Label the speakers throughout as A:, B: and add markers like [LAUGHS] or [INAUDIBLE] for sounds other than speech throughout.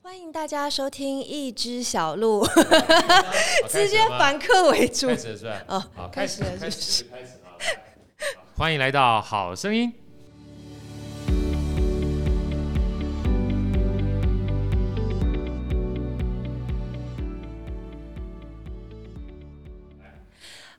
A: 欢迎大家收听一只小鹿，
B: 哦好
A: 直接。
B: 开始了吗
A: 反客为主
B: 开。始了是吧？
A: 哦
B: 好，
A: 开
B: 开
A: 始
B: 始
A: 了
B: 开
A: 是
B: 始开始啊！好欢迎来到《好声音》。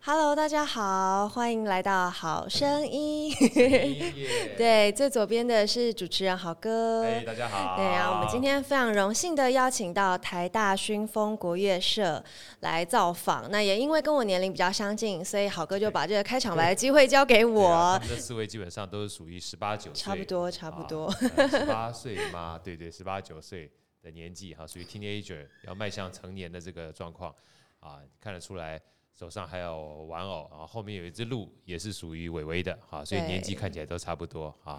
A: Hello，大家好，欢迎来到好声音。
B: 对，
A: [LAUGHS] 对，最左边的是主持人好哥。
B: 哎，大家好。
A: 对啊，我们今天非常荣幸的邀请到台大熏风国乐社来造访。那也因为跟我年龄比较相近，所以好哥就把这个开场白的机会交给
B: 对
A: 我。
B: 啊他们的思维基本上都是属于十八九岁，啊
A: 差不多，差不多。
B: 十八岁
A: [LAUGHS]
B: 嘛，对对，十八九岁的年纪哈，属于 teenager 要迈向成年的这个状况啊，看得出来手上还有玩偶，然后后面有一只鹿也是属于伟伟的哈、所以
A: 对
B: 年纪看起来都差不多
A: [LAUGHS]
B: 啊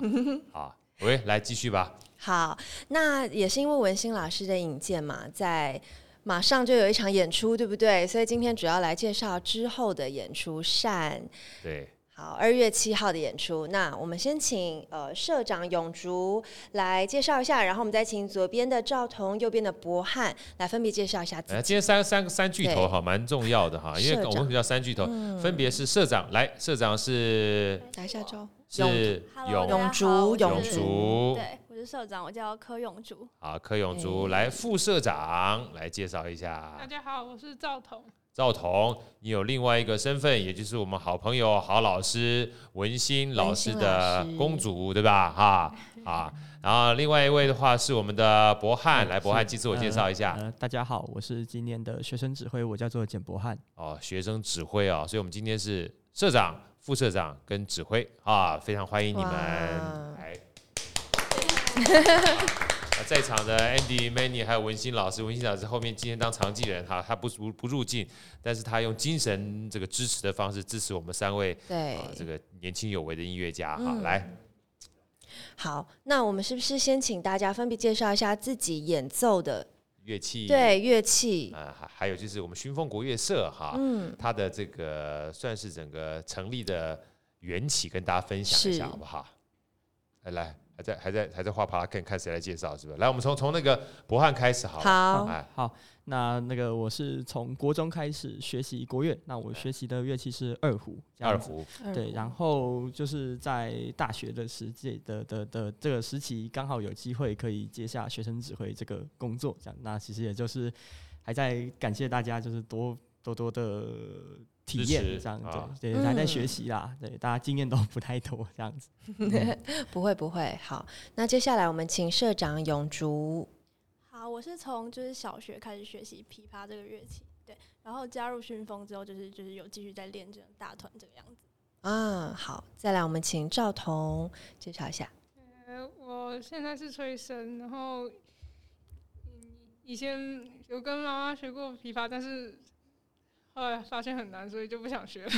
B: 啊，喂，来继续吧，
A: 好，那也是因为文心老师的引荐嘛，在马上就有一场演出，对不对？所以今天主要来介绍之后的演出善。
B: 对，
A: 好，二月七号的演出，那我们先请呃社长永竹来介绍一下，然后我们再请左边的赵彤、右边的博翰来分别介绍一下自
B: 呃，
A: 己。
B: 今天三三三巨
A: 对
B: 头哈，蛮重要的哈，因
A: 社
B: 为我
A: 长嗯
B: 们比较三巨头，分别是社长，来，社长是
A: 打一下招呼，
B: 是
C: Hello，
B: 永
C: 大家
A: 竹
C: 好我
A: 永
C: 是
B: 永竹，
C: 对，我是社长，我叫柯永竹。
B: 啊，柯永
A: 哎
B: 竹，来副社长来介绍一下
D: 大。家好，我是赵彤。
B: 赵彤，你有另外一个身份，也就是我们好朋友、好老师文心老师的
A: 文心老师
B: 公主，对吧？哈啊，然后另外一位的话是我们的博翰，来，博翰，
E: 是
B: 请自我介绍一下。
E: 呃，大家好，我是今年的学生指挥，我叫做简博翰。
B: 哦，学生指挥哦，所以我们今天是社长、副社长跟指挥啊，非常欢迎你们
A: 哇
B: 来。啊在场的 Andy、Manny 还有文心老师，文心老师后面今天当常继人哈，他不不不入境，但是他用精神这个支持的方式支持我们三位
A: 对，
B: 啊，这个年轻有为的音乐家哈、
A: 嗯
B: 来，
A: 好，那我们是不是先请大家分别介绍一下自己演奏的
B: 乐器
A: 对乐器？
B: 啊，还还有就是我们熏风国乐社哈，
A: 嗯，
B: 它的这个算是整个成立的缘起，跟大家分享一下
A: 是
B: 好不好？来来，还在还在还在画爬看看谁来介绍是不是？来，我们从从那个博翰开始好了，
A: 好，
B: 哎，
E: 好，那那个我是从国中开始学习国乐，那我学习的乐器是二胡，这
B: 二
E: 样子。
B: 胡
E: 对，然后就是在大学的时界的的的这个时期，刚好有机会可以接下学生指挥这个工作，这样那其实也就是还在感谢大家，就是多多多的体
B: 支
E: 验
B: 持
E: 这样，
B: 啊
E: 对，对，还在学
A: 嗯
E: 习啦，对，大家经验都不太多这样子。
A: [LAUGHS] 不会不会，好，那接下来我们请社长永竹，
C: 好，我是从就是小学开始学习琵琶这个乐器，对，然后加入熏风之后，就是就是有继续在练这种大团这个样子。
A: 啊，好，再来我们请赵彤介绍一下，
D: 呃，我现在是吹笙，然后嗯以前有跟妈妈学过琵琶，但是后来发现很难，所以就不想学了。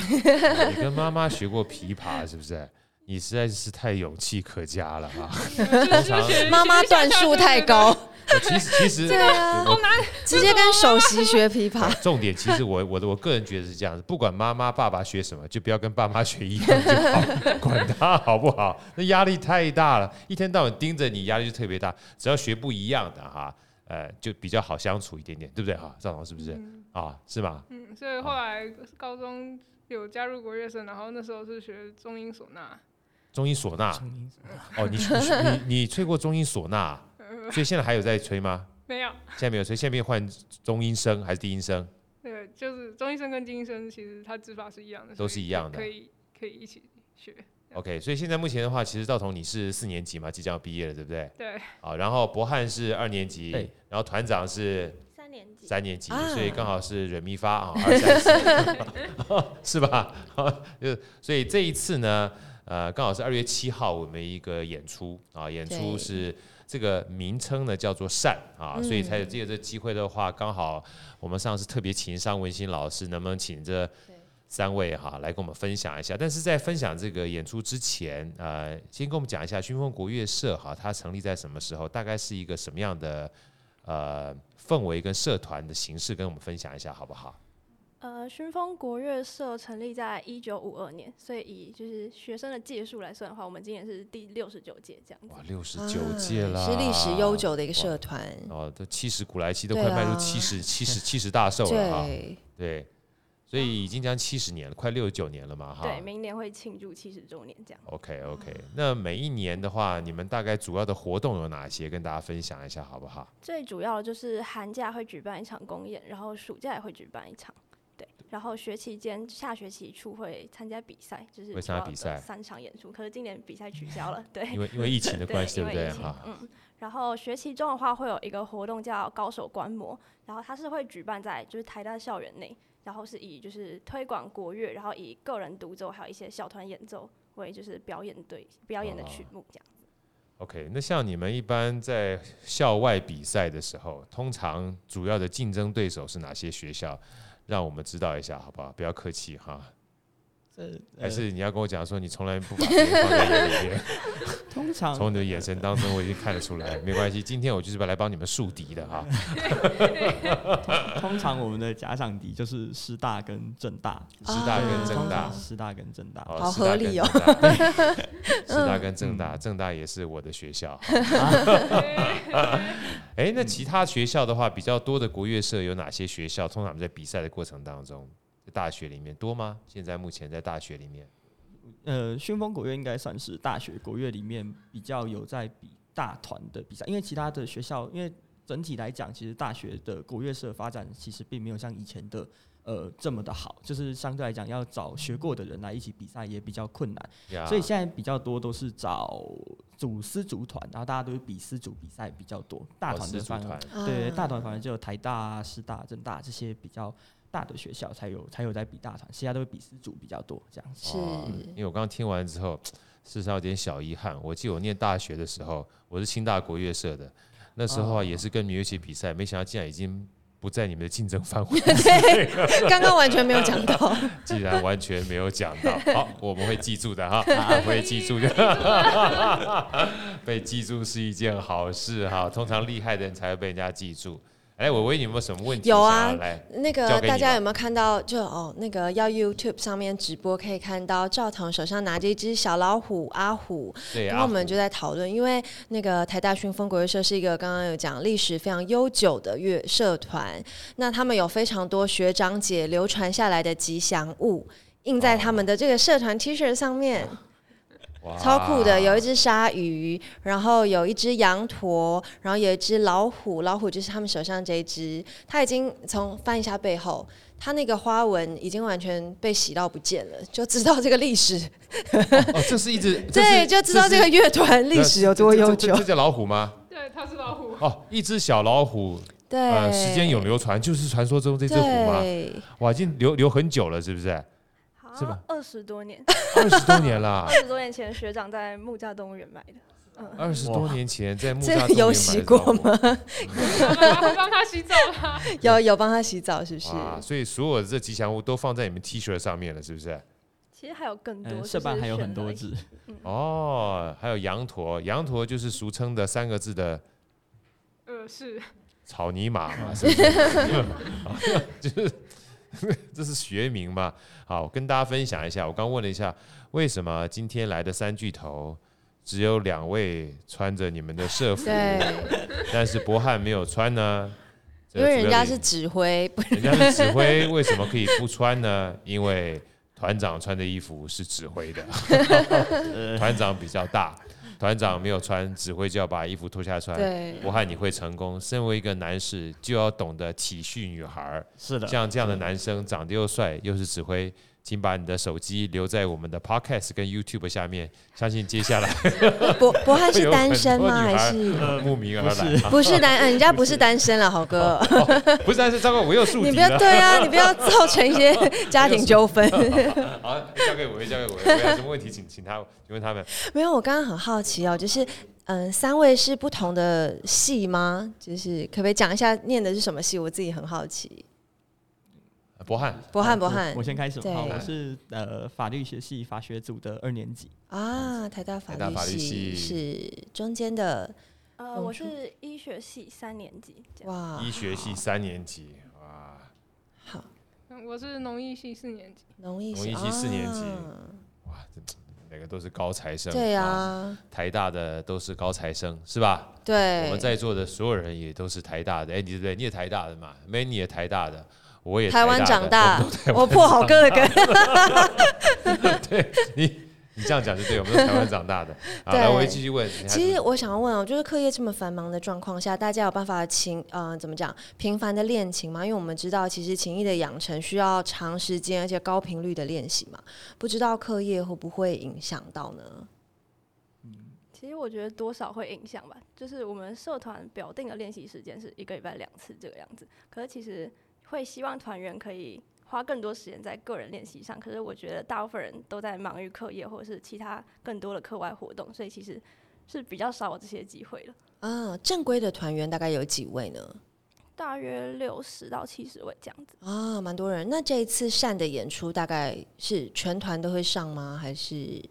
B: 你跟妈妈学过琵琶是不是？你实在是太勇气可嘉了
D: [LAUGHS]
B: 哈！
D: 就是
B: 常
D: 学
A: 妈妈段数太，高，
B: 我其实其
A: [LAUGHS]
B: 实
A: 对啊
B: 我
A: 直接跟首席学琵琶，
B: 哦重点其实我我的我个人觉得是这样子，不管妈妈爸爸学什么，就不要跟爸妈学一样就好， [LAUGHS] 管他好不好？那压力太大了，一天到晚盯着你，压力就特别大。只要学不一样的哈，呃，就比较好相处一点点，对不对哈？赵总是不是、
D: 嗯
B: 啊？是吗？
D: [LAUGHS] 嗯，所以后来高中有加入国乐社，然后那时候是学中音唢呐。
B: 中音唢呐
E: 重音什么
B: 哦，你你你你吹过中音唢呐，啊所以现在还有在吹吗？
D: 没有，
B: 现在没有吹，现在变换中音声还是低音声？
D: 对，就是中音声跟精音声，其实它指法是一样的，
B: 都是
D: 所以
B: 一样的
D: 可以可以一起学。
B: OK，所以现在目前的话，其实赵彤你是四年级嘛，即将要毕业了，对不对？
D: 对，
B: 啊，然后博翰是二年级
E: 对，
B: 然后团长是
C: 三年级，
B: 三年级，
A: 啊
B: 所以刚好是人咪发啊，二三四，是吧？ [LAUGHS] 就所以这一次呢，呃，刚好是二月七号我们一个演出啊，演
A: 对
B: 出是这个名称呢叫做善啊，
A: 嗯
B: 所以才有借这机会的话，刚好我们上次特别请上文心老师，能不能请这
A: 对
B: 三位哈、来跟我们分享一下？但是在分享这个演出之前，呃，先跟我们讲一下熏风国乐社哈、它成立在什么时候？大概是一个什么样的呃氛围跟社团的形式，跟我们分享一下好不好？
C: 呃，熏风国乐社成立在一九五二年，所以以就是学生的届数来算的话，我们今年是第六十九届这样子
B: 哇，。六十九
A: 啊
B: 届啦，
A: 是历史悠久的一个社团。
B: 哦，这七十古来稀都
A: 对
B: 快迈
A: 啊
B: 入七十七十七十大寿了哈，
A: 对，
B: 对，啊所以已经将七十年了，快六十九年了嘛哈。
C: 对，明年会庆祝七十周年这样。
B: OK OK，那每一年的话，你们大概主要的活动有哪些？跟大家分享一下好不好？
C: 最主要的就是寒假会举办一场公演，然后暑假也会举办一场，对。然后学期间下学期初会参加比赛，就是
B: 会参加比赛
C: 主要的三场演出，可是今年比赛取消了，对。
B: 因为因为疫情的关系，对
C: 因
B: 不
C: 为
B: 对
C: 疫情
B: 哈？
C: 嗯，然后学期中的话会有一个活动叫高手观摩，然后它是会举办在就是台大校园内，然后是以就是推广国乐，然后以个人独奏还有一些小团演奏为就是表演对表演的曲
B: 啊
C: 目这样。
B: OK，那像你们一般在校外比赛的时候，通常主要的竞争对手是哪些学校？让我们知道一下好不好？不要客气哈，
E: 这
B: 还是你要跟我讲说你从来不把别人放在眼里面，
E: 呃通常
B: 从你的眼神当中我已经看得出来，没关系，今天我就是来帮你们树敌的哈。
E: [LAUGHS] 通常我们的假想敌就是师大跟正大，
B: 师大跟正大
E: 通常，是师大跟正大。
B: 哦
A: 好
B: 师大
A: 合理哦嗯
B: 跟
A: [LAUGHS]
B: 正大 [LAUGHS] 师大跟正大，正大也是我的学校。哎，那其他学校的话，比较多的国乐社有哪些学校？通常在比赛的过程当中，在大学里面多吗？现在目前在大学里面，
E: 呃，旋风国乐应该算是大学国乐里面比较有在比大团的比赛，因为其他的学校，因为整体来讲，其实大学的国乐社发展其实并没有像以前的呃这么的好，就是相对来讲要找学过的人来一起比赛也比较困难。
B: 呀
E: 所以现在比较多都是找组丝竹团，然后大家都是比丝竹比赛比较多，大
B: 哦
E: 团
B: 师
E: 的
B: 组
E: 反
B: 团
E: 而
C: 嗯
E: 对大团
A: 啊
E: 反而就有台大、啊、师大、政大这些比较大的学校才有才有在比大团，其他都会比丝竹比较多这样子。
A: 是
B: 啊因为我刚刚听完之后，事实上有点小遗憾。我记得我念大学的时候，我是清大国乐社的，那时候啊
E: 哦
B: 也是跟民乐系比赛，没想到竟然已经不在你们的竞争范围。
A: [LAUGHS] 刚刚完全没有讲到，
B: [LAUGHS] 既然完全没有讲
A: [LAUGHS]
B: 到，好，我们会记住的哈，我会记住的。被记住是一件好事哈，通常厉害的人才会被人家记住。哎，伟伟，你有没有什么问题？
A: 有啊
B: 来，
A: 那
B: 交
A: 个
B: 给你
A: 大
B: 吧
A: 家有没有看到？就哦，那个要 YouTube 上面直播可以看到赵彤手上拿着一只小老虎阿虎，
B: 对
A: 然
B: 啊，
A: 后我们就在讨论，因为那个台大熏风国乐社是一个刚刚有讲历史非常悠久的乐社团，那他们有非常多学长姐流传下来的吉祥物。印在他们的这个社团 T 恤上面，
B: 啊哇
A: 超酷的。有一只鲨鱼，然后有一只羊驼，然后有一只老虎，老虎就是他们手上这一只。它已经从翻一下背后，它那个花纹已经完全被洗到不见了，就知道这个历史，
B: 哦，这是一
A: [LAUGHS]
B: 只，这是
A: 对，就知道这个乐团历史有多悠
B: 这
A: 久
B: 这。这叫老虎吗？
D: 对，他是老虎。
B: 哦，一只小老虎，
A: 对，
B: 呃，时间有流传，就是传说中这只虎吗？
A: 对，
B: 哇，已经流流很久了，是不是？
C: 好
B: 是吧
C: 像二十多 [LAUGHS] 年，
B: 二十多年
A: [LAUGHS]
B: 啦
C: 二，十多年前学长在木栅动物园买的。
B: 二十多年前在木
A: 这
B: 栅
A: 个
B: 动物园
A: 有
B: 买
A: 洗
B: 的
A: 过
B: 老虎
A: 吗？ [LAUGHS]
D: 我帮 [LAUGHS] 他 [LAUGHS] 洗澡啦。
A: 有有帮他洗澡是不是？
B: 哇，所以所有的这吉祥物都放在你们 T 恤上面了，是不是？
C: 其实还有更多，
E: 嗯，
C: 就是
E: 社办还有很
C: 选了
E: 多
C: 一
E: 只，
A: 嗯
B: 哦，还有羊驼，羊驼就是俗称的三个字的
D: 呃，是
B: 草泥马
A: 啊
B: 嘛，是不是？ [LAUGHS] 就是。这是 [LAUGHS] 学名嘛？好，我跟大家分享一下。我刚问了一下，为什么今天来的三巨头只有两位穿着你们的
A: [LAUGHS]
B: 社服，
A: 对，
B: 但是博汉没有穿呢？这
A: 因为
B: 主
A: 人
B: 要
A: 家
B: 原
A: 是指挥，不
B: 人家是指挥，为什么可以不穿呢？因为团长穿的衣服是指挥
E: [LAUGHS]
B: 的，团长比较大，团长没有穿，指挥就要把衣服脱下穿。
A: 对
B: 我汉你会成功，身为一个男士就要懂得体恤女孩儿。
E: 是的，
B: 像这样的男生，长得又帅又是指挥，请把你的手机留在我们的 Podcast 跟 YouTube 下面。相信接下来
A: 博博汉
B: 会
A: 是
B: 有
A: 单
B: 很
A: 身
B: 多
A: 吗？
B: 女
A: 还
B: 孩
A: 是
B: 儿慕名而
E: [LAUGHS] 不
B: 来
E: 是。
A: 不是
B: [LAUGHS]
A: 单？嗯，人家不是单身了，豪哥，
B: 不是，但是糟糕，我又树
A: [LAUGHS] 你
B: 敌
A: 不
B: 了
A: 要。对
B: [LAUGHS]
A: 啊，你不要造成一些家庭纠纷。 [LAUGHS]
B: 好，交给我，交给我。有什么问题，请请他，请问他们。
A: 没有，我刚刚很好奇哦，就是嗯，三位是不同的戏吗？就是可不可以讲一下念的是什么戏？我自己很好奇。
B: 博汉，
A: 博汉，
E: 好
A: 博
E: 我
A: 汉
E: 我先开始嘛。好，
A: 对
E: 我是呃法律学系法学组的二年级，
A: 啊，台大法
B: 台大法律
A: 律系是中间的
C: 呃，
A: 懂
C: 我
A: 出
C: 是
A: 啊
C: 医学系三年级，这样
A: 哇，
B: 医学系三年级，哇，
A: 好。
D: 嗯我是农艺系四年级，
A: 农艺
B: 农艺系四年级
A: 啊
B: 哇，这每个都是高材生，
A: 对啊，
B: 台大的都是高材生，是吧？我
A: 对
B: 们，在座的所有人也都是台大的，哎、你对不对？你也台大的嘛，Many 也台大的，我也
A: 台湾
B: 大的
A: 长大
B: 我
A: [LAUGHS]
B: 们都台，湾
A: 我破好哥的梗，
B: 对你，你这样讲就对，我们都台湾长大
A: [LAUGHS]
B: 的。好，来，
A: 对
B: 我会继续问。你
A: [LAUGHS]
B: 还
A: 其实我想要问哦，就是课业这么繁忙的状况下，大家有办法勤呃怎么讲频繁的练琴吗？因为我们知道，其实琴艺的养成需要长时间而且高频率的练习嘛。不知道课业会不会影响到呢？
C: 其实我觉得多少会影响吧，就是我们社团表定的练习时间是一个礼拜两次这个样子，可是其实会希望团员可以花更多时间在个人练习上，可是我觉得大部分人都在忙于课业或者是其他更多的课外活动，所以其实是比较少有这些机会了，
A: 啊，正规的团员大概有几位呢？
C: 大约六十到七十位这样子。
A: 啊，蛮多人。那这一次善的演出大概是全团都会上吗？还是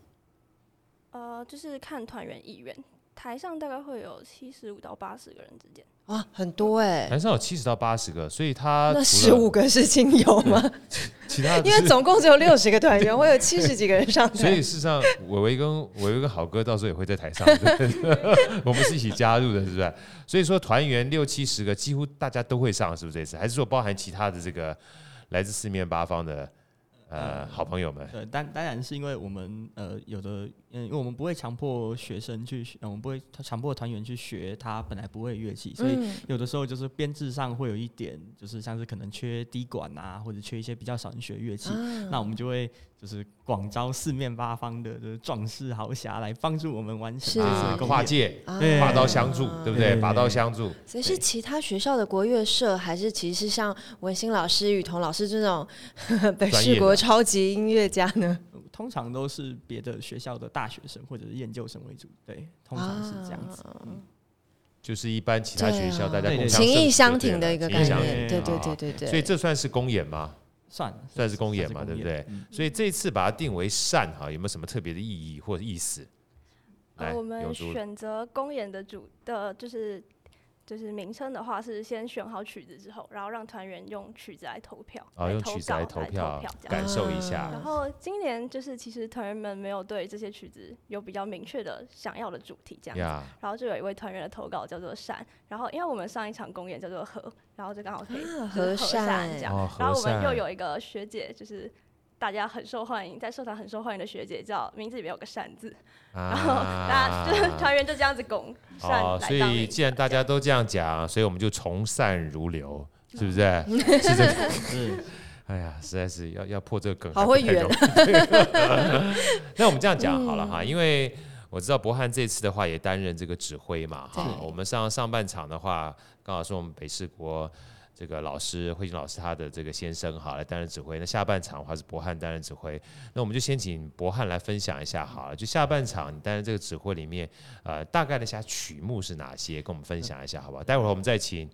C: 呃，就是看团员意愿，台上大概会有七十五到八十个人之间。
A: 啊很多哎、
B: 台上有七十到八十个，所以他
A: 那
B: 除
A: 十
B: 了
A: 五个是亲友吗？
B: 其他
A: [LAUGHS] 因为总共只有六十个团
B: [LAUGHS]
A: 员，会有七十几个人上台。
B: 所以事实上，伟伟跟伟伟跟好哥到时候也会在台上，我们是一起加入的，是不是？所以说团员六七十个，几乎大家都会上，是不是这次？还是说包含其他的这个来自四面八方的呃好朋友们？
E: 对，当当然是因为我们呃有的，嗯，因为我们不会强迫学生去学，呃我们不会强迫团员去学他本来不会的乐器，所以
A: 嗯
E: 有的时候就是编制上会有一点，就是像是可能缺低管啊，或者缺一些比较少人学的乐器，
A: 啊
E: 那我们就会就是广招四面八方的就是壮士豪侠来帮助我们完成
A: 是
E: 这次
B: 啊
E: 的，贡
B: 跨
E: 献。
B: 界
A: 啊
E: 对
B: 拔刀相助，对不对？
E: 对
B: 拔刀相助，
A: 所以是其他学校的国乐社，还是其实是像文心老师、雨桐老师这种 [LAUGHS] 北
B: 专业
A: 市
B: 的
A: 国超级音乐家呢？
E: 通常都是别的学校的大学生或者是研究生为主，对，通常是这样子。
A: 啊
E: 嗯
B: 就是一般其他学校大
A: 对啊
B: 家共襄
E: 相
A: 情
B: 盛
A: 谊
B: 举
A: 相
B: 就对
A: 挺的
B: 了
A: 一个
B: 情
A: 概
B: 谊
E: 相
A: 念，对
E: 挺
A: 对
B: 啊
A: 对对对。
B: 所以这算是公演吗？
E: 算了，
B: 算是公演嘛
E: 算是
B: 对不对
E: 公演？嗯
B: 所以这一次把它定为善哈，有没有什么特别的意义或者意思？来，
C: 呃，我
B: 永
C: 们
B: 竹
C: 选择公演的主的，就是就是名称的话，是先选好曲子之后，然后让团员用曲子来投票，
B: 啊，用
C: 投
B: 曲子
C: 稿
B: 来
C: 来
B: 投
C: 票
B: 票，
C: 这样。嗯
B: 感受一下
A: 啊。
C: 然后今年就是其实团员们没有对这些曲子有比较明确的想要的主题这样子
B: 呀
C: 然后就有一位团员的投稿叫做善，然后因为我们上一场公演叫做和，然后就刚好可
A: 啊，
C: 以就是
A: 和善
C: 这，样，
B: 哦，
C: 然
B: 和
C: 后我们
B: 善
C: 又有一个学姐，就是大家很受欢迎，在社团很受欢迎的学姐，叫名字里面有个善字，
B: 啊，
C: 然后大家就是团员就这样子拱善
B: 哦，
C: 来
B: 所
C: 当
B: 以
C: 名字
B: 既然大家都这样讲，所以我们就从善如流，是不
C: [LAUGHS]
B: 是？是这个。
E: 是
B: [LAUGHS] 哎呀，实在是要要破这个梗，
A: 好会
B: 还不太
A: 圆
B: 容易。
C: [LAUGHS]
B: [LAUGHS] 那我们这样讲好了哈，因为我知道博翰这次的话也担任这个指挥嘛哈。
A: 对
B: 我们上上半场的话，刚好是我们北市国这个老师慧君老师他的这个先生哈来担任指挥。那下半场的话是博翰担任指挥，那我们就先请博翰来分享一下好了。就下半场你担任这个指挥里面，呃，大概的一下曲目是哪些，跟我们分享一下好不好？待会儿我们再请。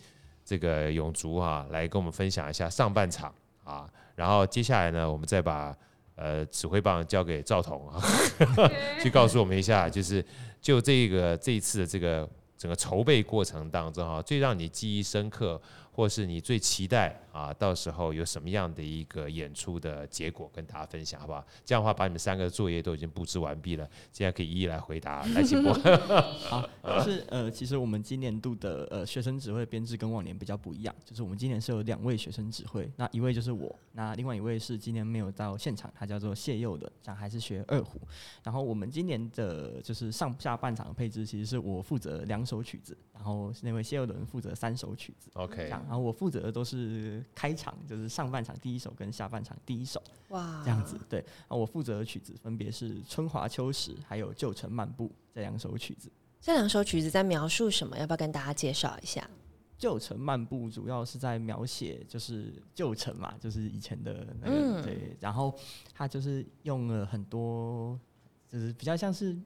B: 这个永竹啊，来跟我们分享一下上半场啊，然后接下来呢，我们再把呃指挥棒交给赵彤啊， [LAUGHS] 去告诉我们一下，就是就这个这一次的这个整个筹备过程当中啊，最让你记忆深刻，或是你最期待啊，到时候有什么样的一个演出的结果跟大家分享，好不好？这样的话，把你们三个作业都已经布置完毕了，现在可以一一来回答，来请 [LAUGHS] 播。
E: 好，就是啊呃，其实我们今年度的呃学生指挥编制跟往年比较不一样，就是我们今年是有两位学生指挥，那一位就是我，那另外一位是今年没有到现场，他叫做谢佑的，这样还是学二胡。然后我们今年的就是上下半场的配置，其实是我负责两首曲子，然后那位谢佑的人负责三首曲子，这
B: OK，
E: 样，然后我负责的都是开场，就是上半场第一首跟下半场第一首。
A: 哇，
E: 这样子。对，啊，我负责的曲子分别是《春华秋实》还有《旧城漫步》这两首曲子。
A: 这两首曲子在描述什么？要不要跟大家介绍一下？
E: 旧城漫步主要是在描写就是旧城嘛，就是以前的那个、
A: 嗯
E: 对，然后他就是用了很多就是比较像是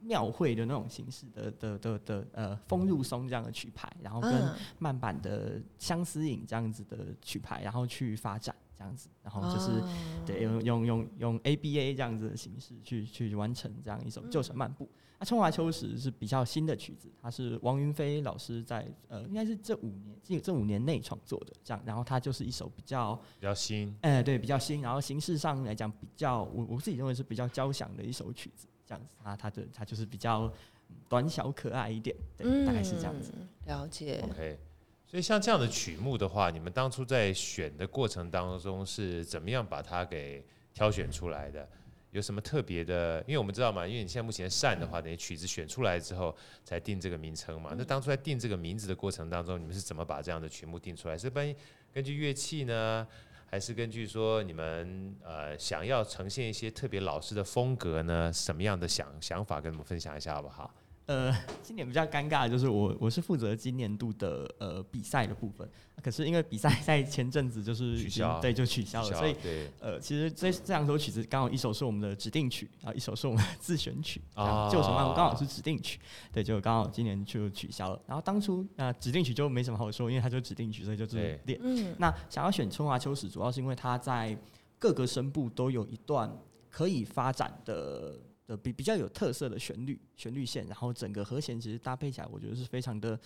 E: 庙会的那种形式的的的的呃风入松这样的曲牌，然后跟
A: 嗯，
E: 慢板的相思影这样子的曲牌，然后去发展这样子，然后就是、
A: 哦
E: 对用用用用 ABA 这样子的形式去去完成这样一首旧城漫步。那、春华秋实是比较新的曲子，它是王云飞老师在呃应该是这五年近这五年内创作的这样，然后它就是一首比较
B: 比较新，
E: 哎、对，比较新，然后形式上来讲比较，我我自己认为是比较交响的一首曲子，这样子啊，它的它就是比较嗯短小可爱一点，对，大概是这样子。
A: 嗯，了解。
B: OK，所以像这样的曲目的话，你们当初在选的过程当中是怎么样把它给挑选出来的？有什么特别的？因为我们知道嘛，因为你现在目前善的话，等于曲子选出来之后才定这个名称
E: 嗯
B: 嘛。那当初在定这个名字的过程当中，你们是怎么把这样的曲目定出来？是根根据乐器呢，还是根据说你们呃想要呈现一些特别老师的风格呢？什么样的想想法跟我们分享一下好不好？
E: 呃，今年比较尴尬的就是我我是负责今年度的呃比赛的部分，啊可是因为比赛在前阵子就是已
B: 取
E: 经
B: 消
E: 对，就取消了，所以
B: 对
E: 呃，其实这这两首曲子刚好一首是我们的指定曲，啊然后一首是我们的自选曲，这
B: 哦
E: 样旧什么刚好是指定曲，对，就刚好今年就取消了。然后当初啊、呃指定曲就没什么好说，因为它就指定曲，所以就
B: 对
E: 是练。
A: 嗯，
E: 那想要选春华秋实，主要是因为它在各个声部都有一段可以发展的的比比较有特色的旋律旋律线，然后整个和弦其实搭配起来，我觉得是非常的，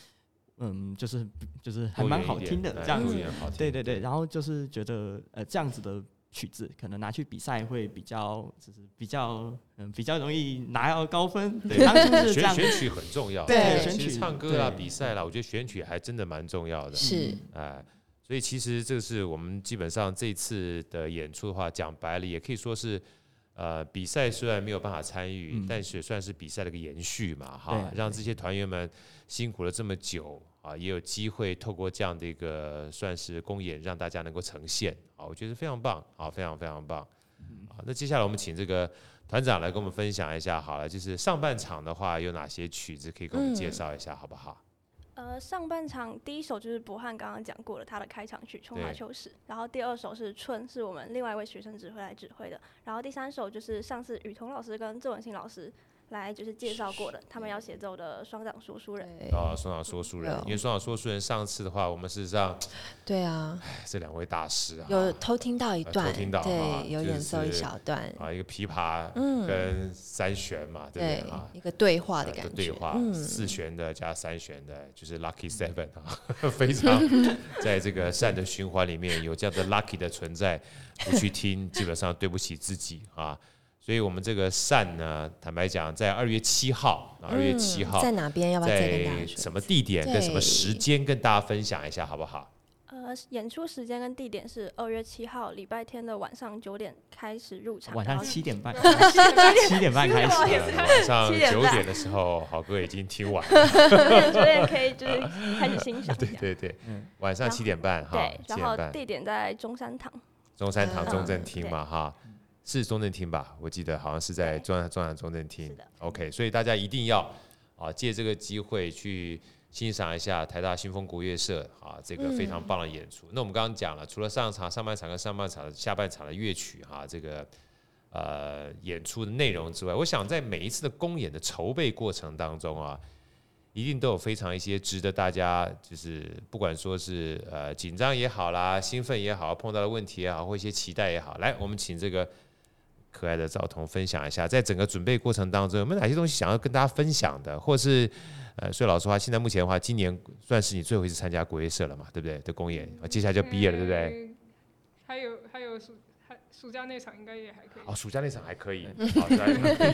E: 嗯，就是就是还蛮好听的
B: 多元一点
E: 这样
B: 哎
E: 子
B: 多。元好听
E: 对对对，然后就是觉得呃这样子的曲子可能拿去比赛会比较，就是比较嗯比较容易拿到高 [LAUGHS] 分。
B: 对
E: 当初是这
B: 选
E: 样。
B: 选曲很重要，
A: 对
B: 哎
E: 选
B: 其实
E: 曲
B: 唱歌啦、
E: 对
B: 比赛啦，我觉得选曲还真的蛮重要的，
A: 是
B: 哎。所以其实这个是我们基本上这次的演出的话，讲白了也可以说是，呃，比赛虽然没有办法参与，
E: 嗯
B: 但是也算是比赛的一个延续嘛，
E: 对
B: 哈
E: 啊，
B: 让这些团员们辛苦了这么久啊，也有机会透过这样的一个算是公演，让大家能够呈现啊，我觉得非常棒啊，非常非常棒。
E: 嗯
B: 啊，那接下来我们请这个团长来跟我们分享一下好了，就是上半场的话有哪些曲子可以给我们介绍一下，好不好？
C: 呃，上半场第一首就是博翰刚刚讲过的他的开场曲《春华
B: 对
C: 秋实》，然后第二首是《春》，是我们另外一位学生指挥来指挥的，然后第三首就是上次雨桐老师跟郑文信老师来就是介绍过的，他们要协奏的双掌说书人。
A: 对
B: 哦，双岛说书人，因为双岛说书人上次的话，我们事实上
A: 对啊，
B: 哎这两位大师啊，
A: 有偷听到一
B: 呃
A: 段，
B: 偷听到啊
A: 对，有
B: 就
A: 演奏一
B: 是
A: 小段，
B: 啊一个琵琶
A: 嗯
B: 跟三弦嘛，对
A: 对
B: 不对啊？，
A: 一个对话
B: 呃
A: 的感觉，
B: 对话，
A: 嗯，
B: 四弦的加三弦的，就是 lucky seven 啊， [LAUGHS] 非
A: [LAUGHS]
B: 常在这个善的循环里面有这样的 lucky 的存在，不去听，基本上对不起自己啊。所以我们这个善呢，坦白讲，在二月七号，啊二月七
A: 嗯
B: 号
A: 在，哪边？要不要再跟大
B: 在
A: 家说？
B: 什么地点跟什么时间跟大家分享一下，好不好？
C: 呃，演出时间跟地点是二月七号礼拜天的晚上九点开始入场，
E: 晚
C: 然
E: 上
C: 后
E: 七点半， [LAUGHS] 七点半开始。
B: 晚上
C: 七点
B: 九
C: 半
B: 点的时候，好歌已经听完了，
C: 九点可以就是开始欣赏。
B: 对对对，晚上
C: 然后
B: 七点半哈
C: 对，，
B: 七
C: 然
B: 点
C: 后
B: 半，
C: 地点在中山堂，
B: 中山堂
A: 嗯
B: 中正厅嘛，哈，是中正厅吧？我记得好像是在
C: 对
B: 中山中山中正厅
C: 是的。
B: OK，所以大家一定要啊，借这个机会去欣赏一下台大新风国乐社啊，这个非常棒的演出。那我们刚刚讲了，除了上场、上半场跟上半场、下半场的乐曲哈、这个呃演出的内容之外，我想在每一次的公演的筹备过程当中啊。一定都有非常一些值得大家就是不管说是呃紧张也好啦，兴奋也好，碰到的问题也好，或一些期待也好，来，我们请这个可爱的赵彤分享一下，在整个准备过程当中，有没有哪些东西想要跟大家分享的，或是呃，说老实话，现在目前的话，今年算是你最后一次参加国乐社了嘛，对不对？的公演，啊接下来就毕业了，对不对？
D: 嗯？还有还有暑还暑假那场应该也还可以。
B: 哦，暑假那场还可以，好，暑假那场还可以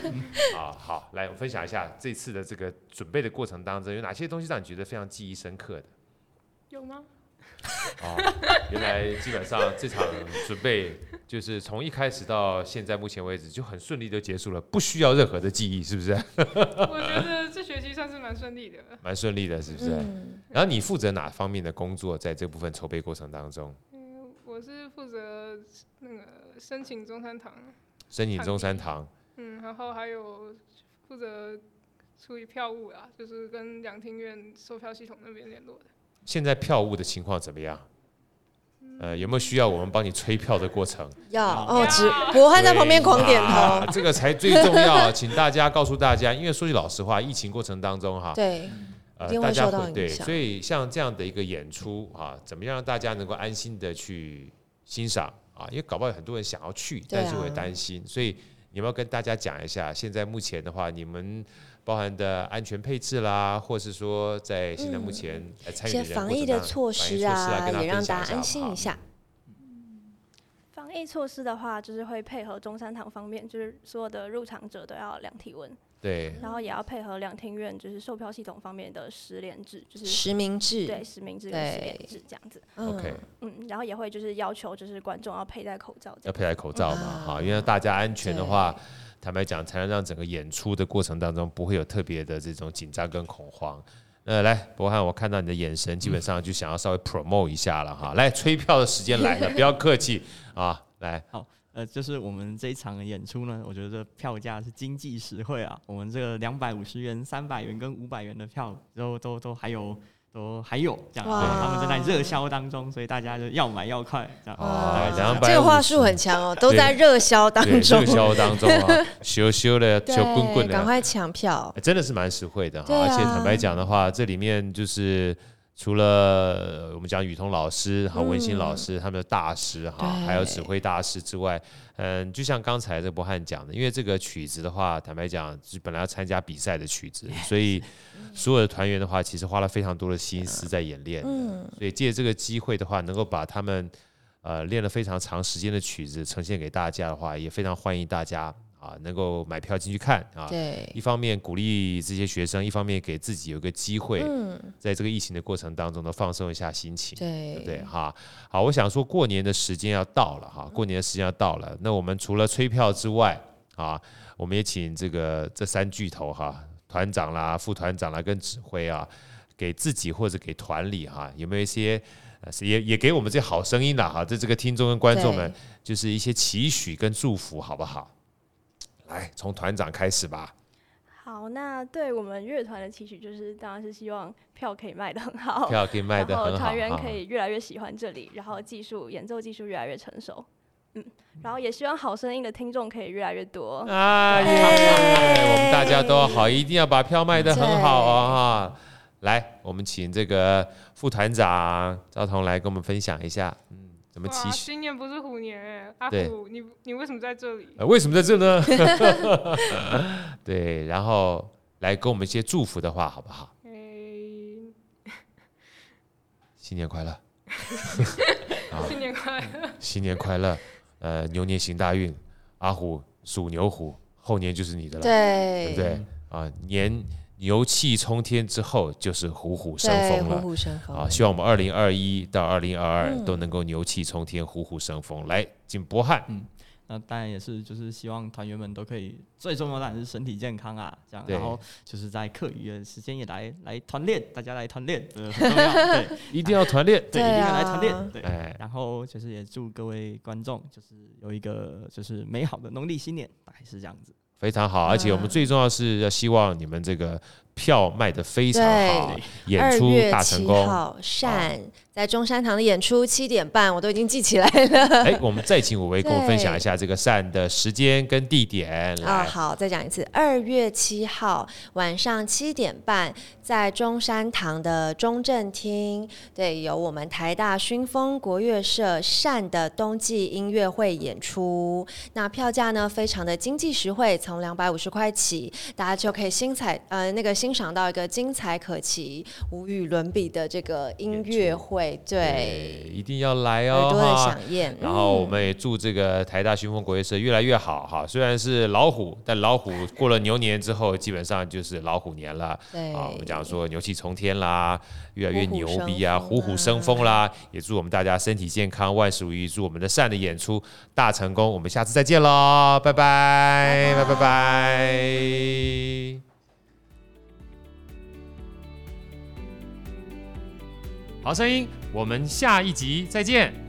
B: 啊，好，来，我们分享一下这次的这个准备的过程当中，有哪些东西让你觉得非常记忆深刻的？
D: 有吗？
B: 哦，原来基本上这场准备就是从一开始到现在目前为止就很顺利就结束了，不需要任何的记忆，是不 [LAUGHS] 是？
D: 我觉得这学期算是蛮顺利的。 [LAUGHS]
B: 蛮顺利的，是不是？
A: 嗯，
B: 然后你负责哪方面的工作，在这部分筹备过程当中？
D: 嗯，我是负责那个申请中山堂，
B: 申请中山堂，
D: 嗯，然后还有负责处理票务啊，就是跟两厅院售票系统那边联络的。
B: 现在票务的情况怎么样？呃，有没有需要我们帮你催票的过程？
A: 要
D: 要
A: 哦，只博翰在旁边狂点
B: 啊
A: 头，
B: 这个才最重要。请大家告诉大家，因为说句老实话，疫情过程当中哈，
A: 对，
B: 呃
A: 一，定会
B: 大家
A: 受到
B: 会
A: 影
B: 对，
A: 响
B: 所以像这样的一个演出啊，怎么样让大家能够安心的去欣赏啊，因为搞不好很多人想要去，
A: 对啊
B: 但是会担心，所以你们要跟大家讲一下，现在目前的话，你们包含的安全配置啦，或是说在现在目前呃
A: 嗯一
B: 参与
A: 些
B: 的人
A: 防疫的措施
B: 或者哪防疫措施啊跟大家
A: 也让大
B: 分
A: 家
B: 享一下
A: 安心一下。
C: 防疫措施的话，就是会配合中山堂方面，就是所有的入场者都要量体温，
B: 对，
C: 然后也要配合两厅院，就是售票系统方面的实联制，就是
A: 实名制，
C: 对实名制跟实联制这样子。
A: 嗯
B: OK
C: 嗯，然后也会就是要求就是观众要佩戴口罩这
B: 要
C: 样。
B: 佩戴口罩
A: 啊
B: 嘛，哈、因为大家安全的话，坦白讲，才能让整个演出的过程当中不会有特别的这种紧张跟恐慌。呃，来，博翰，我看到你的眼神，基本上就想要稍微 promote 一下了哈。来，催票的时间来了，不要客气啊，来，
E: 呃，就是我们这一场的演出呢，我觉得票价是经济实惠啊。我们这个两百五十元、三百元跟五百元的票都都都还有，都还有这样，
A: 哇
E: 对他们正在热销当中，所以大家就要买要快这样。
A: 哦
B: 啊，两百
A: 这个话术很强哦，都在热销当
B: 对
A: 中
B: 热，销当中
A: [LAUGHS]
B: 啊，修修的，
A: 对
B: 修棍棍
A: 赶
B: 的，
A: 快抢票。
B: 哎真的是蛮实惠的哈、
A: 对啊
B: 而且坦白讲的话，这里面就是除了呃我们讲雨桐老师和文心老师、他们的大师哈，
A: 嗯对
B: 还有指挥大师之外，嗯，就像刚才这博翰讲的，因为这个曲子的话，坦白讲是本来要参加比赛的曲子，
A: [LAUGHS]
B: 所以所有的团员的话，其实花了非常多的心思在演练的。
A: 嗯，
B: 所以借这个机会的话，能够把他们呃练了非常长时间的曲子呈现给大家的话，也非常欢迎大家啊能够买票进去看啊。
A: 对，
B: 一方面鼓励这些学生，一方面给自己有个机会，
A: 嗯，
B: 在这个疫情的过程当中呢，放松一下心情。对不对
A: 对，
B: 哈？好，我想说过年的时间要到了哈，过年的时间要到了。那我们除了催票之外啊，我们也请这个这三巨头哈，团长啦、副团长啦跟指挥啊，给自己或者给团里哈，有没有一些呃也也给我们这好声音啦哈，这这个听众跟观众们就是一些期许跟祝福，好不好？来，从团长开始吧。
C: 好，那对我们乐团的期许就是，当然是希望票可以卖得很好，
B: 票可以卖得
C: 然后
B: 很好，
C: 团员
B: 哈
C: 可以越来越喜欢这里，然后技术演奏技术越来越成熟。嗯，然后也希望好声音的听众可以越来越多。
B: 哎呀，我们大家都好，一定要把票卖得很好啊！哈，来，我们请这个副团长赵彤来跟我们分享一下，嗯，怎么期
D: 哇，
B: 许？
D: 今年不是虎年哎，阿
B: 对
D: 虎，你你为什么在这里？
B: 呃，为什么在这呢？对，然后来给我们一些祝福的话，好不好？
D: 哎，
B: 新年快乐，
D: 新年快乐！
B: 新年快乐，呃，牛年行大运，阿虎属牛虎，后年就是你的了，
A: 对
B: 对不对？啊，年牛气冲天之后就是虎虎生
A: 对，
B: 风了
A: 虎。虎生
B: 啊，
A: 风。
B: 希望我们二零二一到二零二二
A: 嗯
B: 都能够牛气冲天、虎虎生风。来，景博翰，
E: 那当然也是，就是希望团员们都可以，最重要当然是身体健康啊，这样。
B: 对
E: 然后就是在课余的时间也来来团练，大家来团练，呃，很重要。对
B: 一定要团
A: [LAUGHS]
B: 练。
E: 对，
A: 对啊
E: 一定要来团练。对，
B: 哎，
E: 然后就是也祝各位观众就是有一个就是美好的农历新年，大概是这样子。
B: 非常好，而且我们
A: 嗯
B: 最重要是要希望你们这个票卖得非常好
A: 对，
B: 演
A: 二
B: 出
A: 月
B: 大成
A: 七
B: 功。啊
A: 号，善在中山堂的演出七点半，我都已经记起来了。
B: [LAUGHS] 哎，我们再请五位跟我们分享
A: 对
B: 一下这个善的时间跟
A: [LAUGHS]
B: 地点。
A: 啊、
B: 来，
A: 好，再讲一次，二月七号晚上七点半，在中山堂的中正厅，对，有我们台大熏风国乐社善的冬季音乐会演出。那票价呢，非常的经济实惠，从两百五十块起，大家就可以欣采呃那个欣赏到一个精彩可期、无与伦比的这个音乐会，对，
B: 哎一定要来哦！
A: 耳朵的
B: 哈
A: 响宴。
B: 然后我
A: 嗯
B: 们也祝这个台大熏风国乐社越来越好哈。虽然是老虎，但老虎过了牛年之后，基本上就是老虎年了。
A: 对，
B: 啊，我们讲说牛气冲天啦，越来越
A: 虎虎
B: 牛
A: 生
B: 逼啊，
A: 风啊
B: 虎虎生风啦！也祝我们大家身体健康，万事如意，祝我们的善的演出大成功。我们下次再见喽，拜拜，拜拜拜。好声音，我们下一集再见。